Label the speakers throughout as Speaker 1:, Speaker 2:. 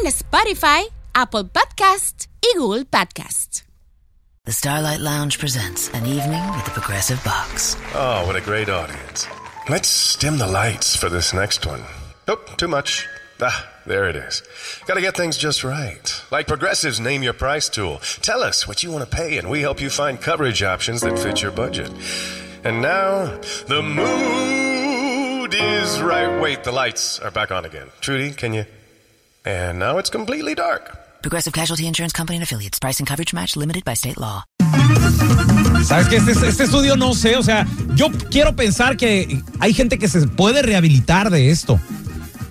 Speaker 1: en Spotify, Apple Podcast y Google Podcast.
Speaker 2: The Starlight Lounge presents an evening with the Progressive Box.
Speaker 3: Oh, what a great audience. Let's dim the lights for this next one. Nope, too much. Ah, there it is. Gotta get things just right. Like Progressive's Name Your Price tool. Tell us what you want to pay, and we help you find coverage options that fit your budget. And now, the mood is right. Wait, the lights are back on again. Trudy, can you? And now it's completely dark.
Speaker 2: Progressive Casualty Insurance Company and affiliates. Price and coverage match limited by state law.
Speaker 4: ¿Sabes qué? Este, este estudio no sé, o sea, yo quiero pensar que hay gente que se puede rehabilitar de esto.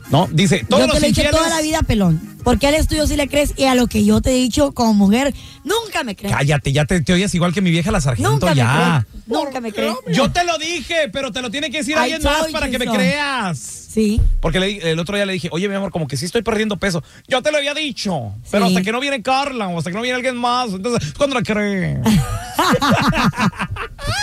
Speaker 4: ¿No? Dice, todos
Speaker 5: Yo te
Speaker 4: los
Speaker 5: lo he dicho
Speaker 4: infieles-
Speaker 5: toda la vida, pelón. Porque al estudio sí le crees y a lo que yo te he dicho como mujer, nunca me crees.
Speaker 4: Cállate, ya te, te oyes igual que mi vieja la sargento
Speaker 5: Nunca
Speaker 4: ya.
Speaker 5: me crees. Nunca me crees.
Speaker 4: Yo te lo dije, pero te lo tiene que decir
Speaker 5: Ay,
Speaker 4: alguien más
Speaker 5: soy
Speaker 4: para que me
Speaker 5: Jason.
Speaker 4: creas.
Speaker 5: Sí.
Speaker 4: Porque le di- el otro día le dije, oye, mi amor, como que sí estoy perdiendo peso. Yo te lo había dicho. Pero
Speaker 5: Sí.
Speaker 4: hasta que no viene Carla o hasta que no viene alguien más. Entonces, ¿cuándo la crees?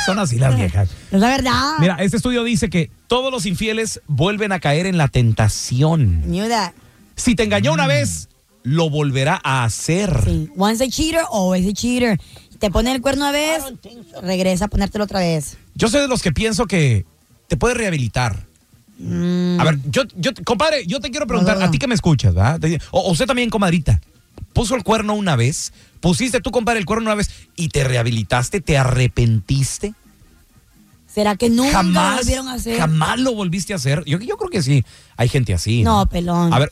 Speaker 4: Son así las viejas.
Speaker 5: Es la verdad.
Speaker 4: Mira, este estudio dice que todos los infieles vuelven a caer en la tentación.
Speaker 5: Knew that.
Speaker 4: Si te engañó una vez, lo volverá a hacer.
Speaker 5: Mm. Sí. Once a cheater, always a cheater. Te pone el cuerno una vez, regresa a ponértelo otra vez.
Speaker 4: Yo soy de los que pienso que te puedes rehabilitar. A ver, yo, yo, compadre, yo te quiero preguntar,
Speaker 5: Mm. No, no, no.
Speaker 4: a ti que me escuchas, ¿verdad? Te- O, o usted también, comadrita, puso el cuerno una vez, pusiste tú, compadre, el cuerno una vez y te rehabilitaste, te arrepentiste.
Speaker 5: ¿Será que nunca
Speaker 4: jamás,
Speaker 5: lo volvieron a hacer?
Speaker 4: jamás lo volviste a hacer. Yo, yo creo que sí, hay gente así.
Speaker 5: No, pelón.
Speaker 4: A ver,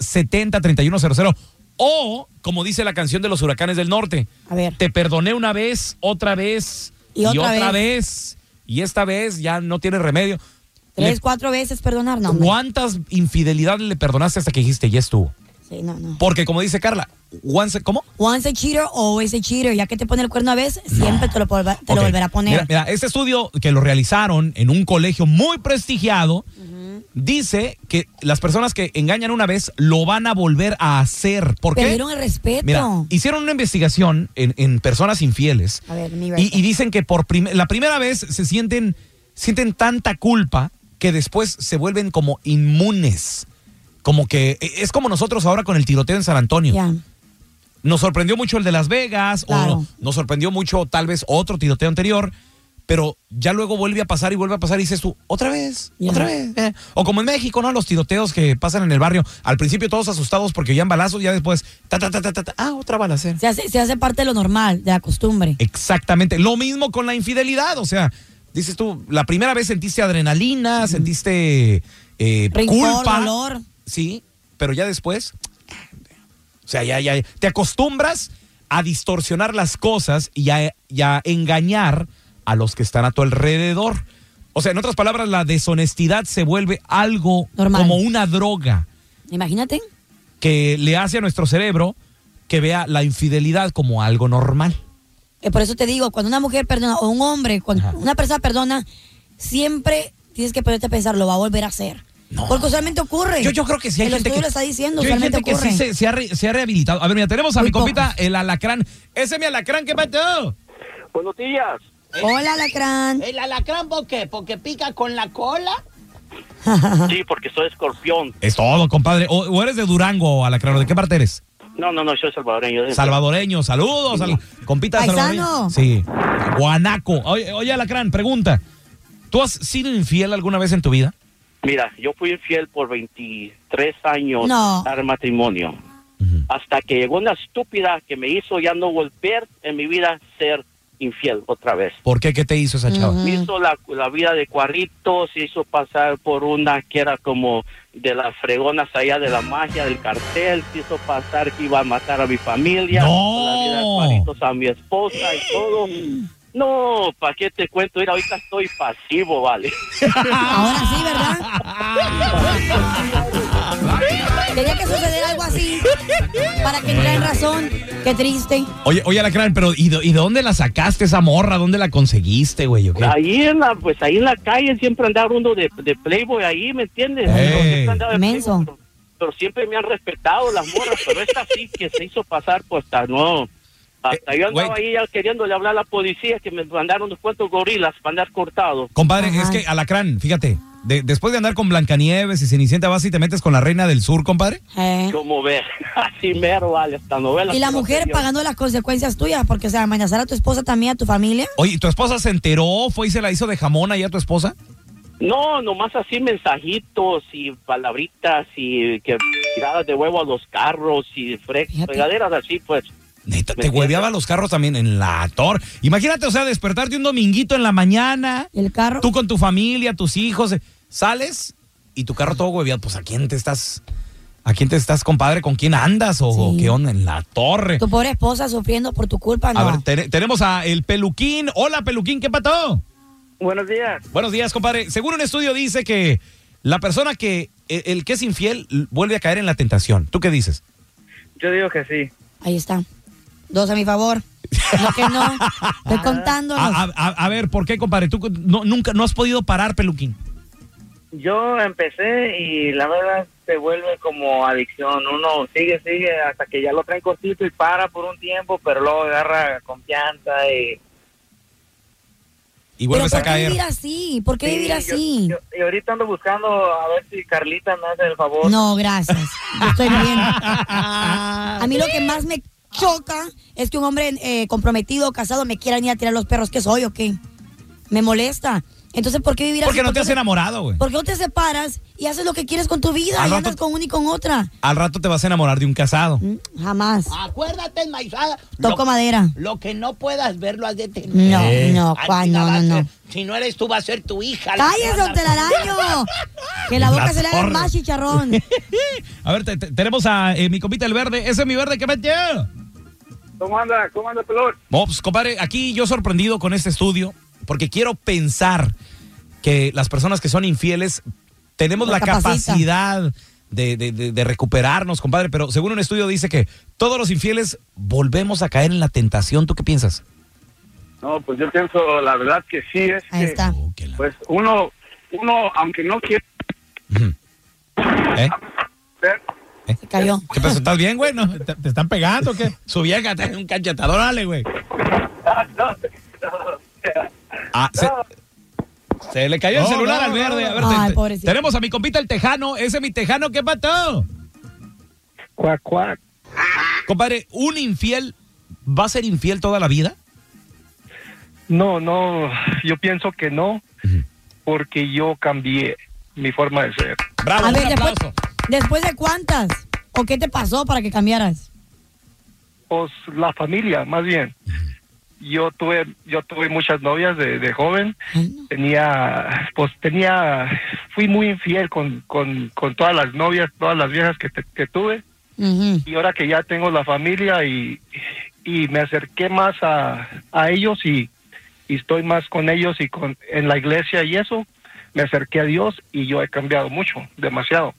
Speaker 4: 1-855-370-3100. O, como dice la canción de los huracanes del norte,
Speaker 5: A ver.
Speaker 4: te perdoné una vez, otra vez
Speaker 5: Y otra
Speaker 4: vez. Y esta vez ya no tiene remedio.
Speaker 5: Tres,
Speaker 4: Le-
Speaker 5: cuatro veces perdonar, no. hombre.
Speaker 4: ¿Cuántas infidelidades le perdonaste hasta que dijiste ya estuvo?
Speaker 5: Sí, no, no.
Speaker 4: Porque como dice Carla, once, ¿cómo?
Speaker 5: Once a cheater, always a cheater. Ya que te pone el cuerno a vez, siempre te, lo, polva- te lo
Speaker 4: Ok.
Speaker 5: volverá a poner.
Speaker 4: Mira, mira, este estudio que lo realizaron en un colegio muy prestigiado dice que las personas que engañan una vez lo van a volver a hacer. ¿Por qué?
Speaker 5: Perdieron el respeto.
Speaker 4: Mira, hicieron una investigación en, en personas infieles
Speaker 5: A ver, mi
Speaker 4: y,
Speaker 5: verso.
Speaker 4: y dicen que por prim- la primera vez se sienten, sienten tanta culpa que después se vuelven como inmunes. Como que eh, es como nosotros ahora con el tiroteo en San Antonio.
Speaker 5: Ya.
Speaker 4: Nos sorprendió mucho el de Las Vegas, o
Speaker 5: Claro.
Speaker 4: nos sorprendió mucho tal vez otro tiroteo anterior, pero ya luego vuelve a pasar y vuelve a pasar y dices tú, otra vez,
Speaker 5: Ya.
Speaker 4: otra vez. eh". O como en México, ¿no? Los tiroteos que pasan en el barrio, al principio todos asustados porque oían balazos, ya después, ta, ta, ta, ta, ta, ta, ah, otra balacera.
Speaker 5: Se hace, se hace parte de lo normal, de la costumbre.
Speaker 4: Exactamente. Lo mismo con la infidelidad, o sea, dices tú, la primera vez sentiste adrenalina, sentiste eh,
Speaker 5: Rencor,
Speaker 4: culpa.
Speaker 5: dolor.
Speaker 4: Sí, pero ya después, o sea, ya, ya, te acostumbras a distorsionar las cosas y a, y a engañar a los que están a tu alrededor. O sea, en otras palabras, la deshonestidad se vuelve algo
Speaker 5: Normal.
Speaker 4: como una droga
Speaker 5: Imagínate.
Speaker 4: que le hace a nuestro cerebro que vea la infidelidad como algo normal.
Speaker 5: Eh, por eso te digo, cuando una mujer perdona, o un hombre, cuando
Speaker 4: Ajá.
Speaker 5: una persona perdona, siempre tienes que ponerte a pensar, lo va a volver a hacer.
Speaker 4: No.
Speaker 5: Porque usualmente ocurre.
Speaker 4: Yo, yo creo que sí hay
Speaker 5: El
Speaker 4: gente que.
Speaker 5: estudio lo está diciendo,
Speaker 4: Yo hay
Speaker 5: usualmente
Speaker 4: gente que
Speaker 5: ocurre.
Speaker 4: sí se, se ha, re- se ha rehabilitado. A ver, mira, tenemos a
Speaker 5: Muy
Speaker 4: mi compita,
Speaker 5: pocos.
Speaker 4: el alacrán. Ese es mi alacrán, ¿qué Oh, pasó?
Speaker 6: Buenos días.
Speaker 5: Hola, lacrán.
Speaker 7: ¿El alacrán por qué? ¿Porque pica con la cola?
Speaker 6: Sí, porque soy escorpión.
Speaker 4: Es todo, compadre. O, o eres de Durango, alacrán, ¿o ¿de qué parte eres?
Speaker 6: No, no, no, soy salvadoreño.
Speaker 4: Salvadoreño, saludos. al- compita de
Speaker 5: Paisano.
Speaker 4: salvadoreño. Sí. Guanaco. Oye, oye, alacrán, pregunta. ¿Tú has sido infiel alguna vez en tu vida?
Speaker 6: Mira, yo fui infiel por 23 años
Speaker 5: No.
Speaker 6: al matrimonio. Hasta que llegó una estúpida que me hizo ya no volver en mi vida ser infiel otra vez.
Speaker 4: ¿Por qué? ¿Qué te hizo esa chava?
Speaker 6: Me hizo la, la vida de cuarritos, hizo pasar por una que era como de las fregonas allá de la magia del cartel, se hizo pasar que iba a matar a mi familia,
Speaker 4: ¡No!
Speaker 6: la vida de cuarritos a mi esposa y todo. No, ¿para qué te cuento? Mira, ahorita estoy pasivo, vale.
Speaker 5: Ahora sí, ¿verdad? Tenía que suceder algo así para que entrara en razón. Qué triste.
Speaker 4: Oye, oye, Alacrán, pero ¿y, de- y de dónde la sacaste esa morra? ¿Dónde la conseguiste, güey? ¿O qué?
Speaker 6: Ahí en la, pues ahí en la calle siempre andaba uno de, de Playboy ahí, ¿me entiendes?
Speaker 4: Ey.
Speaker 6: Yo siempre andaba de
Speaker 5: Menso.
Speaker 6: Playboy, pero, pero siempre me han respetado las morras, pero esta sí que se hizo pasar, pues hasta no. Hasta
Speaker 4: Eh,
Speaker 6: yo andaba
Speaker 4: güey.
Speaker 6: ahí ya queriéndole hablar a la policía que me mandaron unos cuantos gorilas para andar cortado.
Speaker 4: Compadre,
Speaker 5: Ajá.
Speaker 4: es que Alacrán, fíjate, de- después de andar con Blancanieves y Cenicienta, vas y te metes con la reina del sur, compadre.
Speaker 5: Eh.
Speaker 6: Como ver, así mero vale, hasta novela.
Speaker 5: Y la
Speaker 6: que no
Speaker 5: mujer
Speaker 6: sé yo.
Speaker 5: pagando las consecuencias tuyas, porque, o sea, amenazar a tu esposa también, a tu familia.
Speaker 4: Oye, ¿y ¿tu esposa se enteró? ¿Fue y se la hizo de jamón ahí a tu esposa?
Speaker 6: No, nomás así mensajitos y palabritas y que tiradas de huevo a los carros y fre-
Speaker 5: Fíjate.
Speaker 6: fregaderas así, pues.
Speaker 4: Neta,
Speaker 6: Me
Speaker 4: te hueveaba
Speaker 6: entiendo.
Speaker 4: los carros también en la tor. Imagínate, o sea, despertarte un dominguito en la mañana,
Speaker 5: Y el carro.
Speaker 4: tú con tu familia, tus hijos, eh, sales y tu carro todo hueveado. Pues, ¿a quién te estás...? ¿A quién te estás, compadre? ¿Con quién andas? ¿O
Speaker 5: Sí.
Speaker 4: qué onda? En la torre.
Speaker 5: Tu pobre esposa sufriendo por tu culpa, no.
Speaker 4: A ver, te- tenemos a el Peluquín. Hola, Peluquín, ¿qué pato?
Speaker 6: Buenos días.
Speaker 4: Buenos días, compadre. Según un estudio dice que la persona que, el, el que es infiel, l- vuelve a caer en la tentación. ¿Tú qué dices?
Speaker 6: Yo digo que sí.
Speaker 5: Ahí está. Dos a mi favor. No que no. Estoy contándonos.
Speaker 4: A, a- a- a ver, ¿por qué, compadre? Tú no- nunca, no has podido parar, Peluquín.
Speaker 6: Yo empecé y la verdad se vuelve como adicción. Uno sigue, sigue hasta que ya lo traen cortito y para por un tiempo, pero luego agarra confianza y...
Speaker 4: Y
Speaker 5: Pero
Speaker 4: vuelves
Speaker 5: ¿por
Speaker 4: a
Speaker 5: qué
Speaker 4: caer.
Speaker 5: vivir así? ¿Por qué vivir
Speaker 6: Sí, yo-
Speaker 5: así?
Speaker 6: yo- y ahorita ando buscando a ver si Carlita me hace el favor.
Speaker 5: No, gracias. Yo estoy bien. A mí lo que más me choca es que un hombre eh, comprometido, casado, me quiera venir a tirar los perros que soy, ¿o qué? Me molesta. Entonces, ¿por qué vivir así?
Speaker 4: Porque no
Speaker 5: ¿Por
Speaker 4: te
Speaker 5: qué
Speaker 4: has enamorado, güey.
Speaker 5: ¿Por qué no te separas y haces lo que quieres con tu vida?
Speaker 4: Al
Speaker 5: Y
Speaker 4: rato-
Speaker 5: andas con una y con otra.
Speaker 4: Al rato te vas a enamorar de un casado.
Speaker 5: Mm, Jamás.
Speaker 7: Acuérdate, enmaizada.
Speaker 5: Toco
Speaker 7: lo,
Speaker 5: madera.
Speaker 7: lo que no puedas ver lo has de tener.
Speaker 5: No,
Speaker 4: Eh.
Speaker 5: no,
Speaker 7: Al
Speaker 5: Juan,
Speaker 7: final
Speaker 5: no,
Speaker 7: va
Speaker 5: no,
Speaker 7: a ser-
Speaker 5: no.
Speaker 7: Si no eres tú, va a ser tu hija. la que
Speaker 5: ¡Cállese,
Speaker 7: va a
Speaker 5: don telaraño! Que la
Speaker 4: En
Speaker 5: boca
Speaker 4: la
Speaker 5: se le haga
Speaker 4: torre.
Speaker 5: más chicharrón.
Speaker 4: A ver, te- te- tenemos a eh, mi compita el verde. Ese es mi verde, ¿qué metió?
Speaker 6: ¿Cómo anda? ¿Cómo anda, pelor?
Speaker 4: No, pues, compadre, aquí yo sorprendido con este estudio porque quiero pensar que las personas que son infieles tenemos
Speaker 5: Lo
Speaker 4: la
Speaker 5: capacita.
Speaker 4: capacidad de, de- de- de recuperarnos, compadre, pero según un estudio dice que todos los infieles volvemos a caer en la tentación. ¿Tú qué piensas?
Speaker 8: No, pues yo pienso, la verdad que sí es
Speaker 5: Ahí
Speaker 8: que,
Speaker 5: está.
Speaker 4: Oh, qué la-
Speaker 8: pues uno, uno, aunque no quiera
Speaker 4: Ujú. ¿Eh?
Speaker 8: ver,
Speaker 5: Se cayó.
Speaker 4: ¿Qué pasó? ¿Estás bien, güey? ¿No? ¿Te, te están pegando o qué? Su vieja te un cachetador, dale, güey. Ah, se, se le cayó el celular al verde. A ver,
Speaker 5: Ay,
Speaker 4: te-
Speaker 5: pobrecito.
Speaker 4: tenemos a mi compita el tejano. Ese es mi tejano, ¿qué pato?
Speaker 8: cuac, cuac.
Speaker 4: Compadre, ¿un infiel va a ser infiel toda la vida?
Speaker 8: No, no, yo pienso que no, porque yo cambié mi forma de ser.
Speaker 4: Bravo,
Speaker 5: A
Speaker 4: un
Speaker 5: ver, después,
Speaker 4: aplauso.
Speaker 5: ¿después de cuántas? ¿O qué te pasó para que cambiaras?
Speaker 8: Pues la familia, más bien. Yo tuve, yo tuve muchas novias de, de joven.
Speaker 5: Ay, no.
Speaker 8: Tenía, pues tenía, fui muy infiel con, con, con todas las novias, todas las viejas que, te- que tuve.
Speaker 5: Ujú.
Speaker 8: y ahora que ya tengo la familia y, y me acerqué más a, a ellos y, y estoy más con ellos y con en la iglesia y eso, me acerqué a Dios y yo he cambiado mucho, demasiado.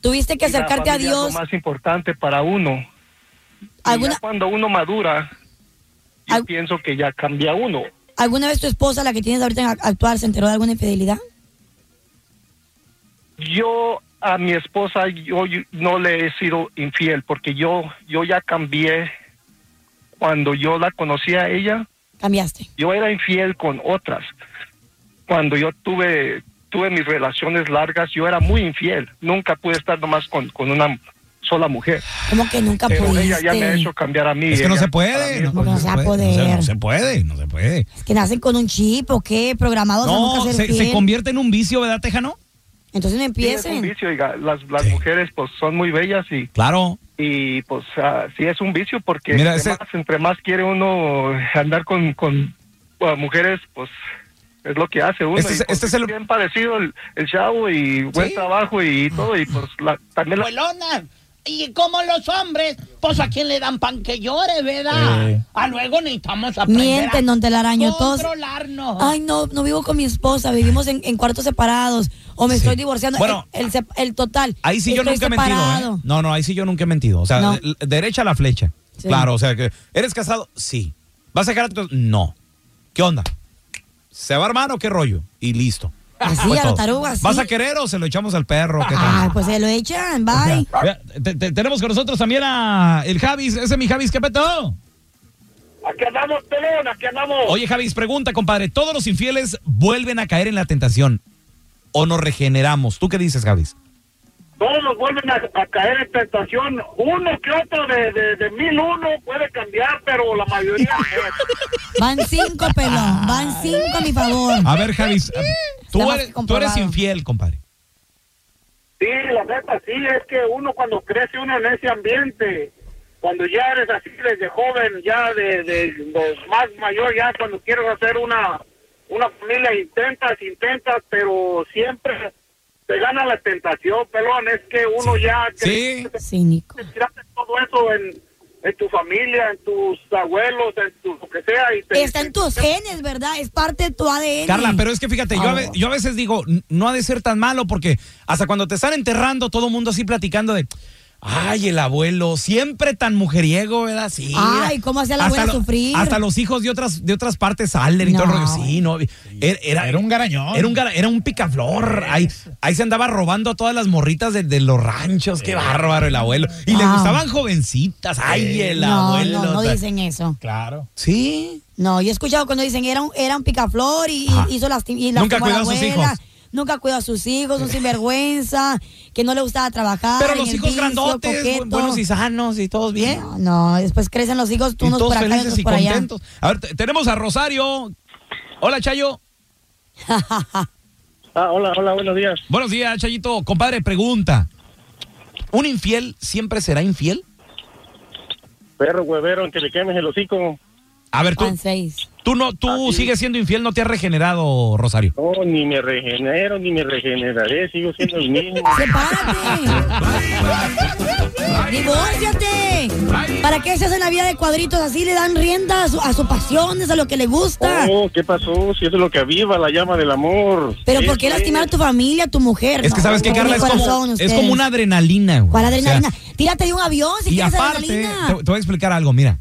Speaker 5: Tuviste que
Speaker 8: Y la
Speaker 5: acercarte a
Speaker 8: familia es
Speaker 5: Dios.
Speaker 8: Lo más importante para uno. Y ya
Speaker 5: ¿Alguna,
Speaker 8: cuando uno madura, yo
Speaker 5: Al-
Speaker 8: pienso que ya cambia uno.
Speaker 5: ¿Alguna vez tu esposa, la que tienes ahorita en act- actual, se enteró de alguna infidelidad?
Speaker 8: Yo a mi esposa yo, yo no le he sido infiel porque yo yo ya cambié cuando yo la conocí a ella.
Speaker 5: Cambiaste.
Speaker 8: yo era infiel con otras. Cuando yo tuve tuve mis relaciones largas, yo era muy infiel. Nunca pude estar nomás con, con una sola mujer.
Speaker 5: Como que nunca
Speaker 8: Pero
Speaker 5: pudiste.
Speaker 8: ella ya me ha hecho cambiar a mí.
Speaker 4: Ah, pues, este, Es que no
Speaker 8: Ella-
Speaker 4: se puede.
Speaker 8: para mí-
Speaker 5: No se va a
Speaker 4: puede, no se-
Speaker 5: poder.
Speaker 4: No se puede, no se puede.
Speaker 5: Es que nacen con un chip o qué, programados a nunca
Speaker 4: No,
Speaker 5: ser
Speaker 4: se, se
Speaker 5: fiel.
Speaker 4: convierte en un vicio, ¿verdad, Tejano?
Speaker 5: Entonces no
Speaker 8: Sí, es un
Speaker 5: empiecen.
Speaker 8: vicio, oiga. Las, las mujeres pues son muy bellas y,
Speaker 4: Claro.
Speaker 8: y pues ah, sí es un vicio porque
Speaker 4: Mira,
Speaker 8: entre,
Speaker 4: ese-
Speaker 8: más, entre más quiere uno andar con, con ah, mujeres, pues es lo que hace uno.
Speaker 4: Este
Speaker 8: Y,
Speaker 4: es-
Speaker 8: pues,
Speaker 4: este es el-
Speaker 8: Bien parecido el, el chavo y buen
Speaker 4: Sí.
Speaker 8: trabajo y todo y pues la- también la...
Speaker 7: Abuelona. Y como los hombres, pues a quién le dan pan que llore, ¿verdad?
Speaker 4: Sí.
Speaker 7: A luego necesitamos aprender
Speaker 5: Mienten,
Speaker 7: a
Speaker 5: don Telaraño, todos.
Speaker 7: controlarnos.
Speaker 5: Ay, no, no vivo con mi esposa, vivimos en, en cuartos separados. O me
Speaker 4: Sí.
Speaker 5: estoy divorciando.
Speaker 4: Bueno.
Speaker 5: el, el sep- el total.
Speaker 4: Ahí sí yo
Speaker 5: Estoy
Speaker 4: nunca he mentido.
Speaker 5: separado.
Speaker 4: ¿eh? No, no, ahí sí yo nunca he mentido. O sea,
Speaker 5: No.
Speaker 4: l- derecha a la flecha.
Speaker 5: Sí.
Speaker 4: Claro, o sea, que ¿eres casado? Sí. ¿Vas a sacar a tu- No. ¿Qué onda? ¿Se va hermano o qué rollo? Y listo.
Speaker 5: Así,
Speaker 4: Fue
Speaker 5: a la
Speaker 4: todo.
Speaker 5: taruga, así.
Speaker 4: ¿Vas a querer o se lo echamos al perro? ¿Qué tal?
Speaker 5: Ay, pues se lo echan, bye.
Speaker 4: Vea, te- te- tenemos con nosotros también a el Javis. Ese es mi Javis, ¿qué peto?
Speaker 8: Aquí andamos, pelón, aquí andamos.
Speaker 4: Oye, Javis, pregunta, compadre. ¿Todos los infieles vuelven a caer en la tentación o nos regeneramos? ¿Tú qué dices, Javis?
Speaker 8: Todos vuelven a, a caer en tentación. Uno que otro de, de, de mil uno puede cambiar, pero la mayoría...
Speaker 5: Van cinco, pelón. Van cinco a mi favor.
Speaker 4: A ver, Javis, tú
Speaker 5: Está más
Speaker 4: eres,
Speaker 5: que
Speaker 4: tú eres
Speaker 5: comprobado.
Speaker 4: infiel, compadre.
Speaker 8: Sí, la neta, sí, es que uno cuando crece uno en ese ambiente, cuando ya eres así desde joven, ya de, de, de Pues, más mayor, ya cuando quieres hacer una, una familia, intentas, intentas, pero siempre te gana la tentación, pelón, es que uno ya...
Speaker 4: Sí.
Speaker 5: Cínico.
Speaker 8: tiraste todo eso en, en tu familia, en tus abuelos, en tu lo que sea. Y te,
Speaker 5: Está en tus genes, ¿verdad? Es parte de tu ADN.
Speaker 4: Carla, pero es que fíjate, yo a, ve-
Speaker 5: Ah.
Speaker 4: yo a veces digo, "N- no ha de ser tan malo porque hasta cuando te están enterrando, todo mundo así platicando de, ay, el abuelo, siempre tan mujeriego, ¿verdad? Sí.
Speaker 5: Ay, ¿cómo hacía la
Speaker 4: Hasta
Speaker 5: abuela
Speaker 4: lo-
Speaker 5: sufrir?
Speaker 4: Hasta los hijos de otras, de otras partes salen y todo el
Speaker 5: No.
Speaker 4: rollo. Sí, no. Era, era-
Speaker 9: Era un garañón.
Speaker 4: Era un, gara- era un picaflor. Ahí, ahí se andaba robando a todas las morritas de, de los ranchos. Qué bárbaro el abuelo. Y le
Speaker 5: Wow.
Speaker 4: gustaban jovencitas. Ay, el
Speaker 5: Ah. no,
Speaker 4: abuelo.
Speaker 5: no, no
Speaker 4: ta-
Speaker 5: dicen eso.
Speaker 9: Claro.
Speaker 4: Sí.
Speaker 5: No, yo he escuchado cuando dicen era un, era un picaflor y, y
Speaker 4: Ajá.
Speaker 5: hizo las y lastimó a la
Speaker 4: Nunca cuidó a sus
Speaker 5: abuela,
Speaker 4: hijos. Eh.
Speaker 5: Nunca cuidó a sus hijos, un sinvergüenza, que no le gustaba trabajar.
Speaker 4: Pero
Speaker 5: en
Speaker 4: los
Speaker 5: el
Speaker 4: hijos
Speaker 5: vicio,
Speaker 4: grandotes,
Speaker 5: coqueto.
Speaker 4: bu- buenos y sanos y todos bien.
Speaker 5: No, no, después crecen los hijos, tú
Speaker 4: Y
Speaker 5: unos
Speaker 4: todos
Speaker 5: por acá y
Speaker 4: felices
Speaker 5: otros
Speaker 4: y
Speaker 5: por allá.
Speaker 4: contentos. A ver, te- tenemos a Rosario. Hola, Chayo.
Speaker 8: Ah, hola, hola, buenos días.
Speaker 4: Buenos días, Chayito. Compadre, pregunta. ¿Un infiel siempre será infiel?
Speaker 8: Perro huevero, en que le quemes el hocico.
Speaker 4: A ver, tú,
Speaker 5: Van seis.
Speaker 4: tú no, tú
Speaker 8: Así.
Speaker 4: sigues siendo infiel, no te has regenerado, Rosario.
Speaker 8: No, ni me regenero, ni me regeneraré, sigo siendo el mismo.
Speaker 5: ¡Sepárate! ¡Divórciate! ¿Para qué se hacen la vida de cuadritos así? Le dan rienda a, su- a sus pasiones, a lo que le gusta.
Speaker 8: Oh, ¿qué pasó? Si eso es lo que aviva la llama del amor.
Speaker 5: Pero ¿por qué
Speaker 8: Eso es.
Speaker 5: lastimar a tu familia, a tu mujer?
Speaker 4: Es que
Speaker 5: No,
Speaker 4: sabes que
Speaker 5: no
Speaker 4: Carla es
Speaker 5: tiene
Speaker 4: como,
Speaker 5: corazón
Speaker 4: es
Speaker 5: ustedes.
Speaker 4: como una adrenalina, güey.
Speaker 5: ¿Cuál
Speaker 4: O sea,
Speaker 5: adrenalina? Tírate de un avión si
Speaker 4: y
Speaker 5: quieres
Speaker 4: aparte, te,
Speaker 5: adrenalina.
Speaker 4: te voy a explicar algo, mira.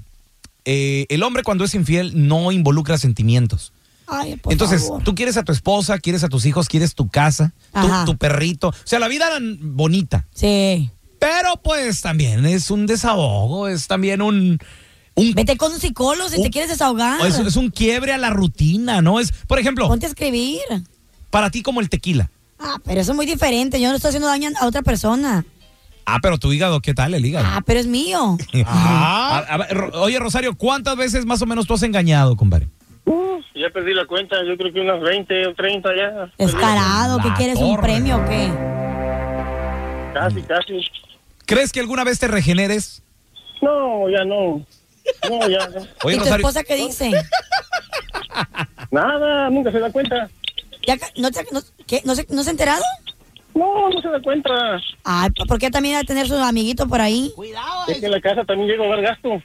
Speaker 4: Eh, el hombre cuando es infiel no involucra sentimientos.
Speaker 5: Ay, por
Speaker 4: Entonces,
Speaker 5: favor.
Speaker 4: tú quieres a tu esposa, quieres a tus hijos, quieres tu casa, tu,
Speaker 5: Ajá.
Speaker 4: tu perrito. O sea, la vida era bonita.
Speaker 5: Sí.
Speaker 4: Pero pues también es un desahogo, es también un... un
Speaker 5: Vete con un psicólogo si
Speaker 4: un-
Speaker 5: te quieres desahogar.
Speaker 4: Es, es un quiebre a la rutina, ¿no? Es, por ejemplo,
Speaker 5: Ponte a escribir.
Speaker 4: para ti como el tequila.
Speaker 5: Ah, pero eso es muy diferente. Yo no estoy haciendo daño a otra persona.
Speaker 4: Ah, pero tu hígado, ¿qué tal el hígado? Ah.
Speaker 5: Ah, pero es mío.
Speaker 4: A- a ver, Ro- oye, Rosario, ¿cuántas veces más o menos tú has engañado, compadre?
Speaker 8: Uf, ya perdí la cuenta, yo creo que unas 20 o 30 ya.
Speaker 5: Descarado, que
Speaker 4: La
Speaker 5: quieres un
Speaker 4: torre.
Speaker 5: premio o qué.
Speaker 8: Casi, casi.
Speaker 4: ¿Crees que alguna vez te regeneres?
Speaker 8: No, ya no. No, ya no.
Speaker 4: Oye,
Speaker 5: ¿Y tu
Speaker 4: Rosario,
Speaker 5: esposa qué dice?
Speaker 8: Nada, nunca se da cuenta.
Speaker 5: ¿Ya ca- no, te- no- qué? ¿No se, ¿No se ha enterado?
Speaker 8: No, no se da cuenta.
Speaker 5: Ay, porque también va a tener sus amiguitos por ahí.
Speaker 7: Cuidado,
Speaker 8: Es
Speaker 7: es-
Speaker 8: que en la casa también llego a dar gasto.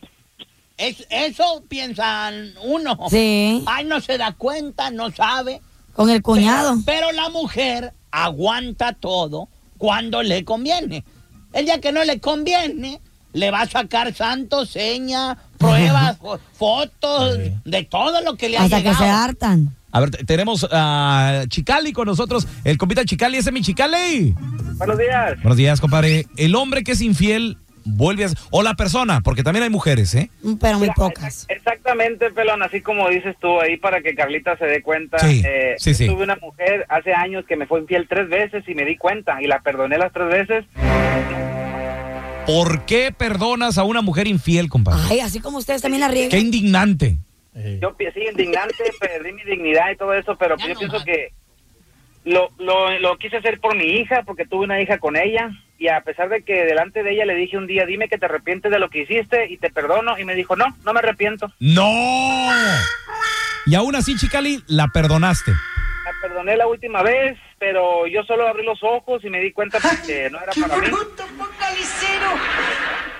Speaker 7: es- eso piensan uno.
Speaker 5: Sí,
Speaker 7: Ay, no se da cuenta, no sabe.
Speaker 5: con el cuñado.
Speaker 7: Pero, pero la mujer aguanta todo cuando le conviene. El día que no le conviene, le va a sacar santos, señas, pruebas, fo- fotos, de todo lo que le ha
Speaker 5: Hasta que
Speaker 7: llegado.
Speaker 5: se hartan.
Speaker 4: a ver, te- tenemos a Chicali con nosotros, el compita Chicali, ese es mi Chicali.
Speaker 8: Buenos días.
Speaker 4: Buenos días, compadre. El hombre que es infiel vuelve a... O la persona, porque también hay mujeres, ¿eh?
Speaker 5: Pero muy
Speaker 6: Mira,
Speaker 5: pocas.
Speaker 6: exact- Exactamente, Pelón, así como dices tú ahí para que Carlita se dé cuenta.
Speaker 4: Sí,
Speaker 6: eh,
Speaker 4: sí,
Speaker 6: yo
Speaker 4: sí.
Speaker 6: Tuve una mujer hace años que me fue infiel tres veces y me di cuenta y la perdoné las tres veces.
Speaker 4: ¿Por qué perdonas a una mujer infiel, compadre?
Speaker 5: Ay, así como ustedes también la
Speaker 4: Qué
Speaker 5: riegan.
Speaker 4: indignante.
Speaker 9: Eh,
Speaker 6: Yo pi- sí, indignante, perdí mi dignidad y todo eso, pero
Speaker 7: Ya
Speaker 6: yo
Speaker 7: no
Speaker 6: pienso
Speaker 7: más.
Speaker 6: que lo, lo, lo quise hacer por mi hija, porque tuve una hija con ella, y a pesar de que delante de ella le dije un día, dime que te arrepientes de lo que hiciste y te perdono, y me dijo, no, no me arrepiento.
Speaker 4: ¡No! Y aún así, Chicali, la perdonaste.
Speaker 6: La perdoné la última vez, pero yo solo abrí los ojos y me di cuenta pues, que no era para mí.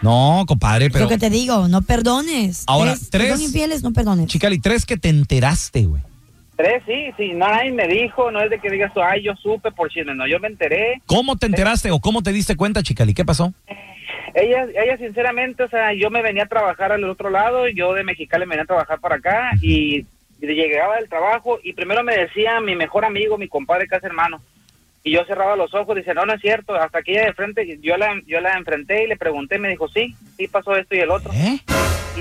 Speaker 4: No, compadre,
Speaker 5: Lo
Speaker 4: pero.
Speaker 5: que te digo, no perdones.
Speaker 4: Ahora,
Speaker 5: si
Speaker 4: tres.
Speaker 5: Son infieles, no perdones.
Speaker 4: Chicali, tres que te enteraste, güey.
Speaker 6: Tres, sí, sí, nadie me dijo, no es de que digas tú, ay, yo supe por chisme, no, yo me enteré.
Speaker 4: ¿Cómo te enteraste o cómo te diste cuenta, Chicali? ¿Qué pasó?
Speaker 6: Ella, ella sinceramente, o sea, yo me venía a trabajar al otro lado, yo de Mexicali me venía a trabajar para acá y llegaba del trabajo y primero me decía mi mejor amigo, mi compadre, casi hermano. Y yo cerraba los ojos, dice, no, no es cierto, hasta que ella de frente, yo la, yo la enfrenté y le pregunté, me dijo, sí, sí pasó esto y el otro.
Speaker 4: ¿Eh?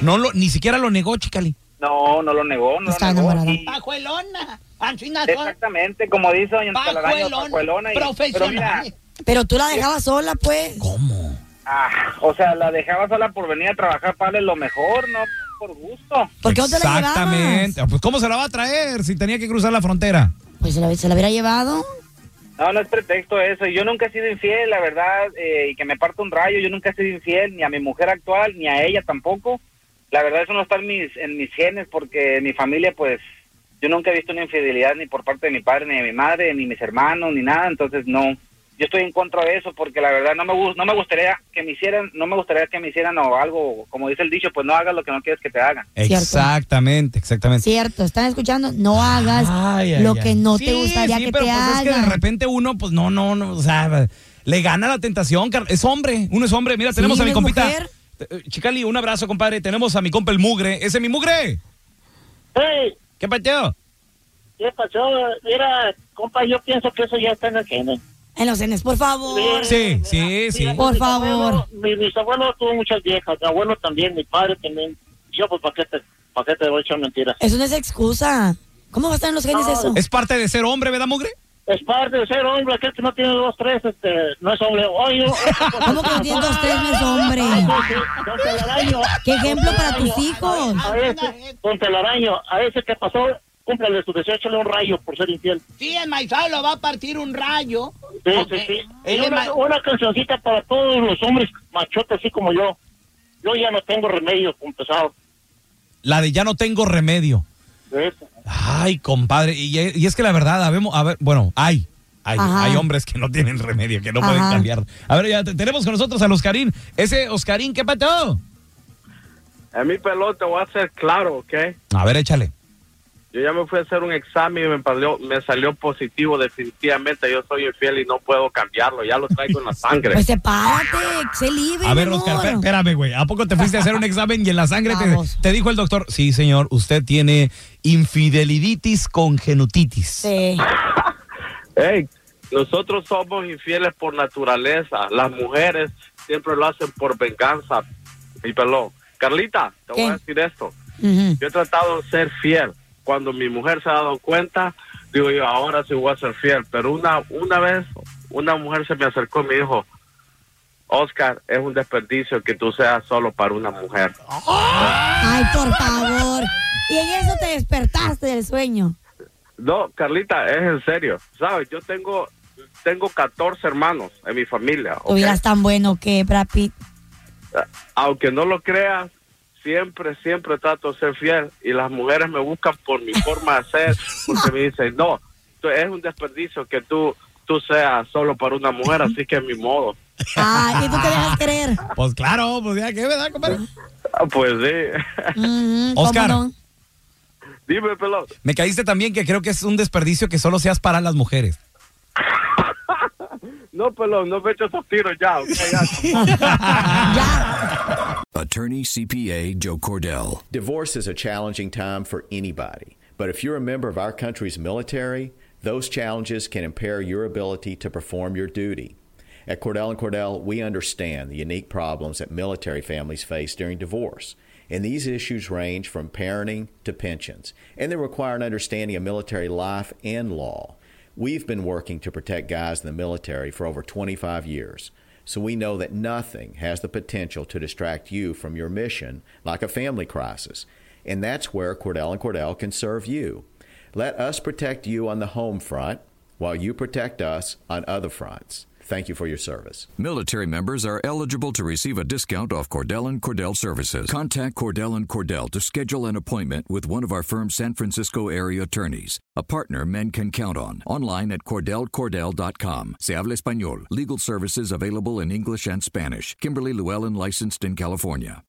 Speaker 4: No lo, ni siquiera lo negó, Chicali.
Speaker 6: No, no lo negó, no
Speaker 5: Está
Speaker 6: lo negó.
Speaker 5: enamorada.
Speaker 6: Y-
Speaker 7: Pajuelona. Anchina son
Speaker 6: exactamente, como dice doña Telaraño,
Speaker 7: pajuelona,
Speaker 6: pajuelona y- pero mira,
Speaker 7: profesional.
Speaker 5: Pero tú la dejabas sola, pues.
Speaker 4: ¿Cómo?
Speaker 6: Ah, o sea, la dejaba sola por venir a trabajar para darle lo mejor, no por gusto.
Speaker 5: ¿Por qué no te la llevabas?
Speaker 4: Exactamente. Pues, ¿cómo se la va a traer si tenía que cruzar la frontera?
Speaker 5: Pues se la, se la hubiera llevado.
Speaker 6: No, no es pretexto eso. Yo nunca he sido infiel, la verdad, eh, y que me parta un rayo. Yo nunca he sido infiel ni a mi mujer actual, ni a ella tampoco. La verdad, eso no está en mis, en mis genes, porque en mi familia, pues, yo nunca he visto una infidelidad ni por parte de mi padre, ni de mi madre, ni mis hermanos, ni nada. Entonces, no. Yo estoy en contra de eso, porque la verdad no me, gus- no me gustaría que me hicieran, no me gustaría que me hicieran o algo, como dice el dicho, pues no hagas lo que no quieres que te hagan.
Speaker 5: Cierto.
Speaker 4: Exactamente, exactamente.
Speaker 5: Cierto, ¿están escuchando? No hagas
Speaker 4: Ay, ay,
Speaker 5: lo
Speaker 4: ay.
Speaker 5: que no te
Speaker 4: Sí,
Speaker 5: gustaría
Speaker 4: sí,
Speaker 5: que
Speaker 4: pero
Speaker 5: te
Speaker 4: pues
Speaker 5: hagan.
Speaker 4: Es que de repente uno, pues no, no, no, o sea, le gana la tentación, car- es hombre, uno es hombre. Mira, tenemos
Speaker 5: Sí,
Speaker 4: a mi
Speaker 5: eres
Speaker 4: compita.
Speaker 5: mujer.
Speaker 4: T- eh, Chicali, un abrazo, compadre. Tenemos a mi compa el mugre. Ese es mi mugre.
Speaker 6: ¡Hey!
Speaker 4: ¿Qué pateo?
Speaker 6: ¿Qué pasó? Mira, compa, yo pienso que eso ya está en el género.
Speaker 5: En los cenes, por favor.
Speaker 4: Sí, sí, sí.
Speaker 5: Por favor.
Speaker 6: Mi bisabuelo tuvo muchas viejas, mi abuelo también, mi padre también. Yo, pues, ¿para qué te, pa' qué te voy a echar mentiras?
Speaker 5: Eso no es excusa. ¿Cómo va a estar en los genes eso?
Speaker 4: Es parte de ser hombre, ¿verdad, mugre?
Speaker 6: Es parte de ser hombre, aquel que no tiene dos, tres, este, no es hombre. Oye,
Speaker 5: ¿Cómo que no tienes dos, tres, no es hombre?
Speaker 6: don Telaraño.
Speaker 5: ¿Qué ejemplo para tus hijos?
Speaker 6: A ese, don Telaraño, a ese que pasó, cúmplale su deseo, échale un rayo por ser infiel.
Speaker 7: Sí, el maizado lo va a partir un rayo.
Speaker 6: Sí, sí,
Speaker 7: porque
Speaker 6: sí.
Speaker 7: él
Speaker 6: Y
Speaker 7: es
Speaker 6: una,
Speaker 7: ma-
Speaker 6: una cancioncita para todos los hombres machotes, así como yo. Yo ya no tengo remedio, compensado.
Speaker 4: La de ya no tengo remedio.
Speaker 6: De eso.
Speaker 4: Ay, compadre. Y, y es que la verdad, habemos, a ver, bueno, hay. Hay,
Speaker 5: Ajá.
Speaker 4: hay hombres que no tienen remedio, que no pueden
Speaker 5: Ajá.
Speaker 4: cambiar. A ver, ya te- tenemos con nosotros al Oscarín. Ese Oscarín, ¿qué pateo?
Speaker 10: A mi pelota voy a ser claro, ¿ok?
Speaker 4: A ver, échale.
Speaker 10: Yo ya me fui a hacer un examen y me salió, me salió positivo definitivamente. Yo soy infiel y no puedo cambiarlo. Ya lo traigo en la sangre.
Speaker 5: Pues sepárate, sé libre,
Speaker 4: A ver,
Speaker 5: mi
Speaker 4: Oscar,
Speaker 5: amor.
Speaker 4: espé- espérame, güey. ¿A poco te fuiste a hacer un examen y en la sangre te,
Speaker 5: Vamos.
Speaker 4: te dijo el doctor? Sí, señor, usted tiene infideliditis congenitis.
Speaker 5: Sí.
Speaker 10: Ey, nosotros somos infieles por naturaleza. Las mujeres siempre lo hacen por venganza. Mi pelón. Carlita, te voy a
Speaker 5: ¿Qué?
Speaker 10: decir esto.
Speaker 5: Ujú.
Speaker 10: Yo he tratado de ser fiel. Cuando mi mujer se ha dado cuenta, digo yo, ahora sí voy a ser fiel. Pero una, una vez, una mujer se me acercó y me dijo, Oscar, es un desperdicio que tú seas solo para una mujer.
Speaker 5: Ay, por favor. Y en eso te despertaste del sueño.
Speaker 10: No, Carlita, es en serio. ¿Sabes? Yo tengo, tengo 14 hermanos en mi familia. ¿ok?
Speaker 5: Tuvieras tan bueno que, Brad Pitt.
Speaker 10: Aunque no lo creas, siempre, siempre trato de ser fiel. Y las mujeres me buscan por mi forma de ser, porque me dicen, no, tú- es un desperdicio que tú, tú seas solo para una mujer, así que mi modo.
Speaker 5: Ay, y tú te dejas creer.
Speaker 4: Pues claro, pues ya, ¿qué verdad, compadre?
Speaker 10: Ah, Pues sí.
Speaker 5: Ujú, Mm, ¿cómo
Speaker 4: Oscar.
Speaker 5: no?
Speaker 10: Dime, pelón.
Speaker 4: Me caíste también que creo que es un desperdicio que solo seas para las mujeres.
Speaker 10: No, pelón, no me eches esos tiros ya. ok, ya.
Speaker 9: Attorney CPA Joe Cordell. Divorce is a challenging time for anybody, but if you're a member of our country's military, those challenges can impair your ability to perform your duty. At Cordell and Cordell, we understand the unique problems that military families face during divorce. And these issues range from parenting to pensions, and they require an understanding of military life and law. We've been working to protect guys in the military for over 25 years, so we know that nothing has the potential to distract you from your mission like a family crisis. And that's where Cordell and Cordell can serve you. Let us protect you on the home front while you protect us on other fronts. Thank you for your service.
Speaker 11: Military members are eligible to receive a discount off Cordell and Cordell services. Contact Cordell and Cordell to schedule an appointment with one of our firm's San Francisco area attorneys, a partner men can count on. Online at cordellcordell.com. Se habla español. Legal services available in English and Spanish. Kimberly Llewellyn licensed in California.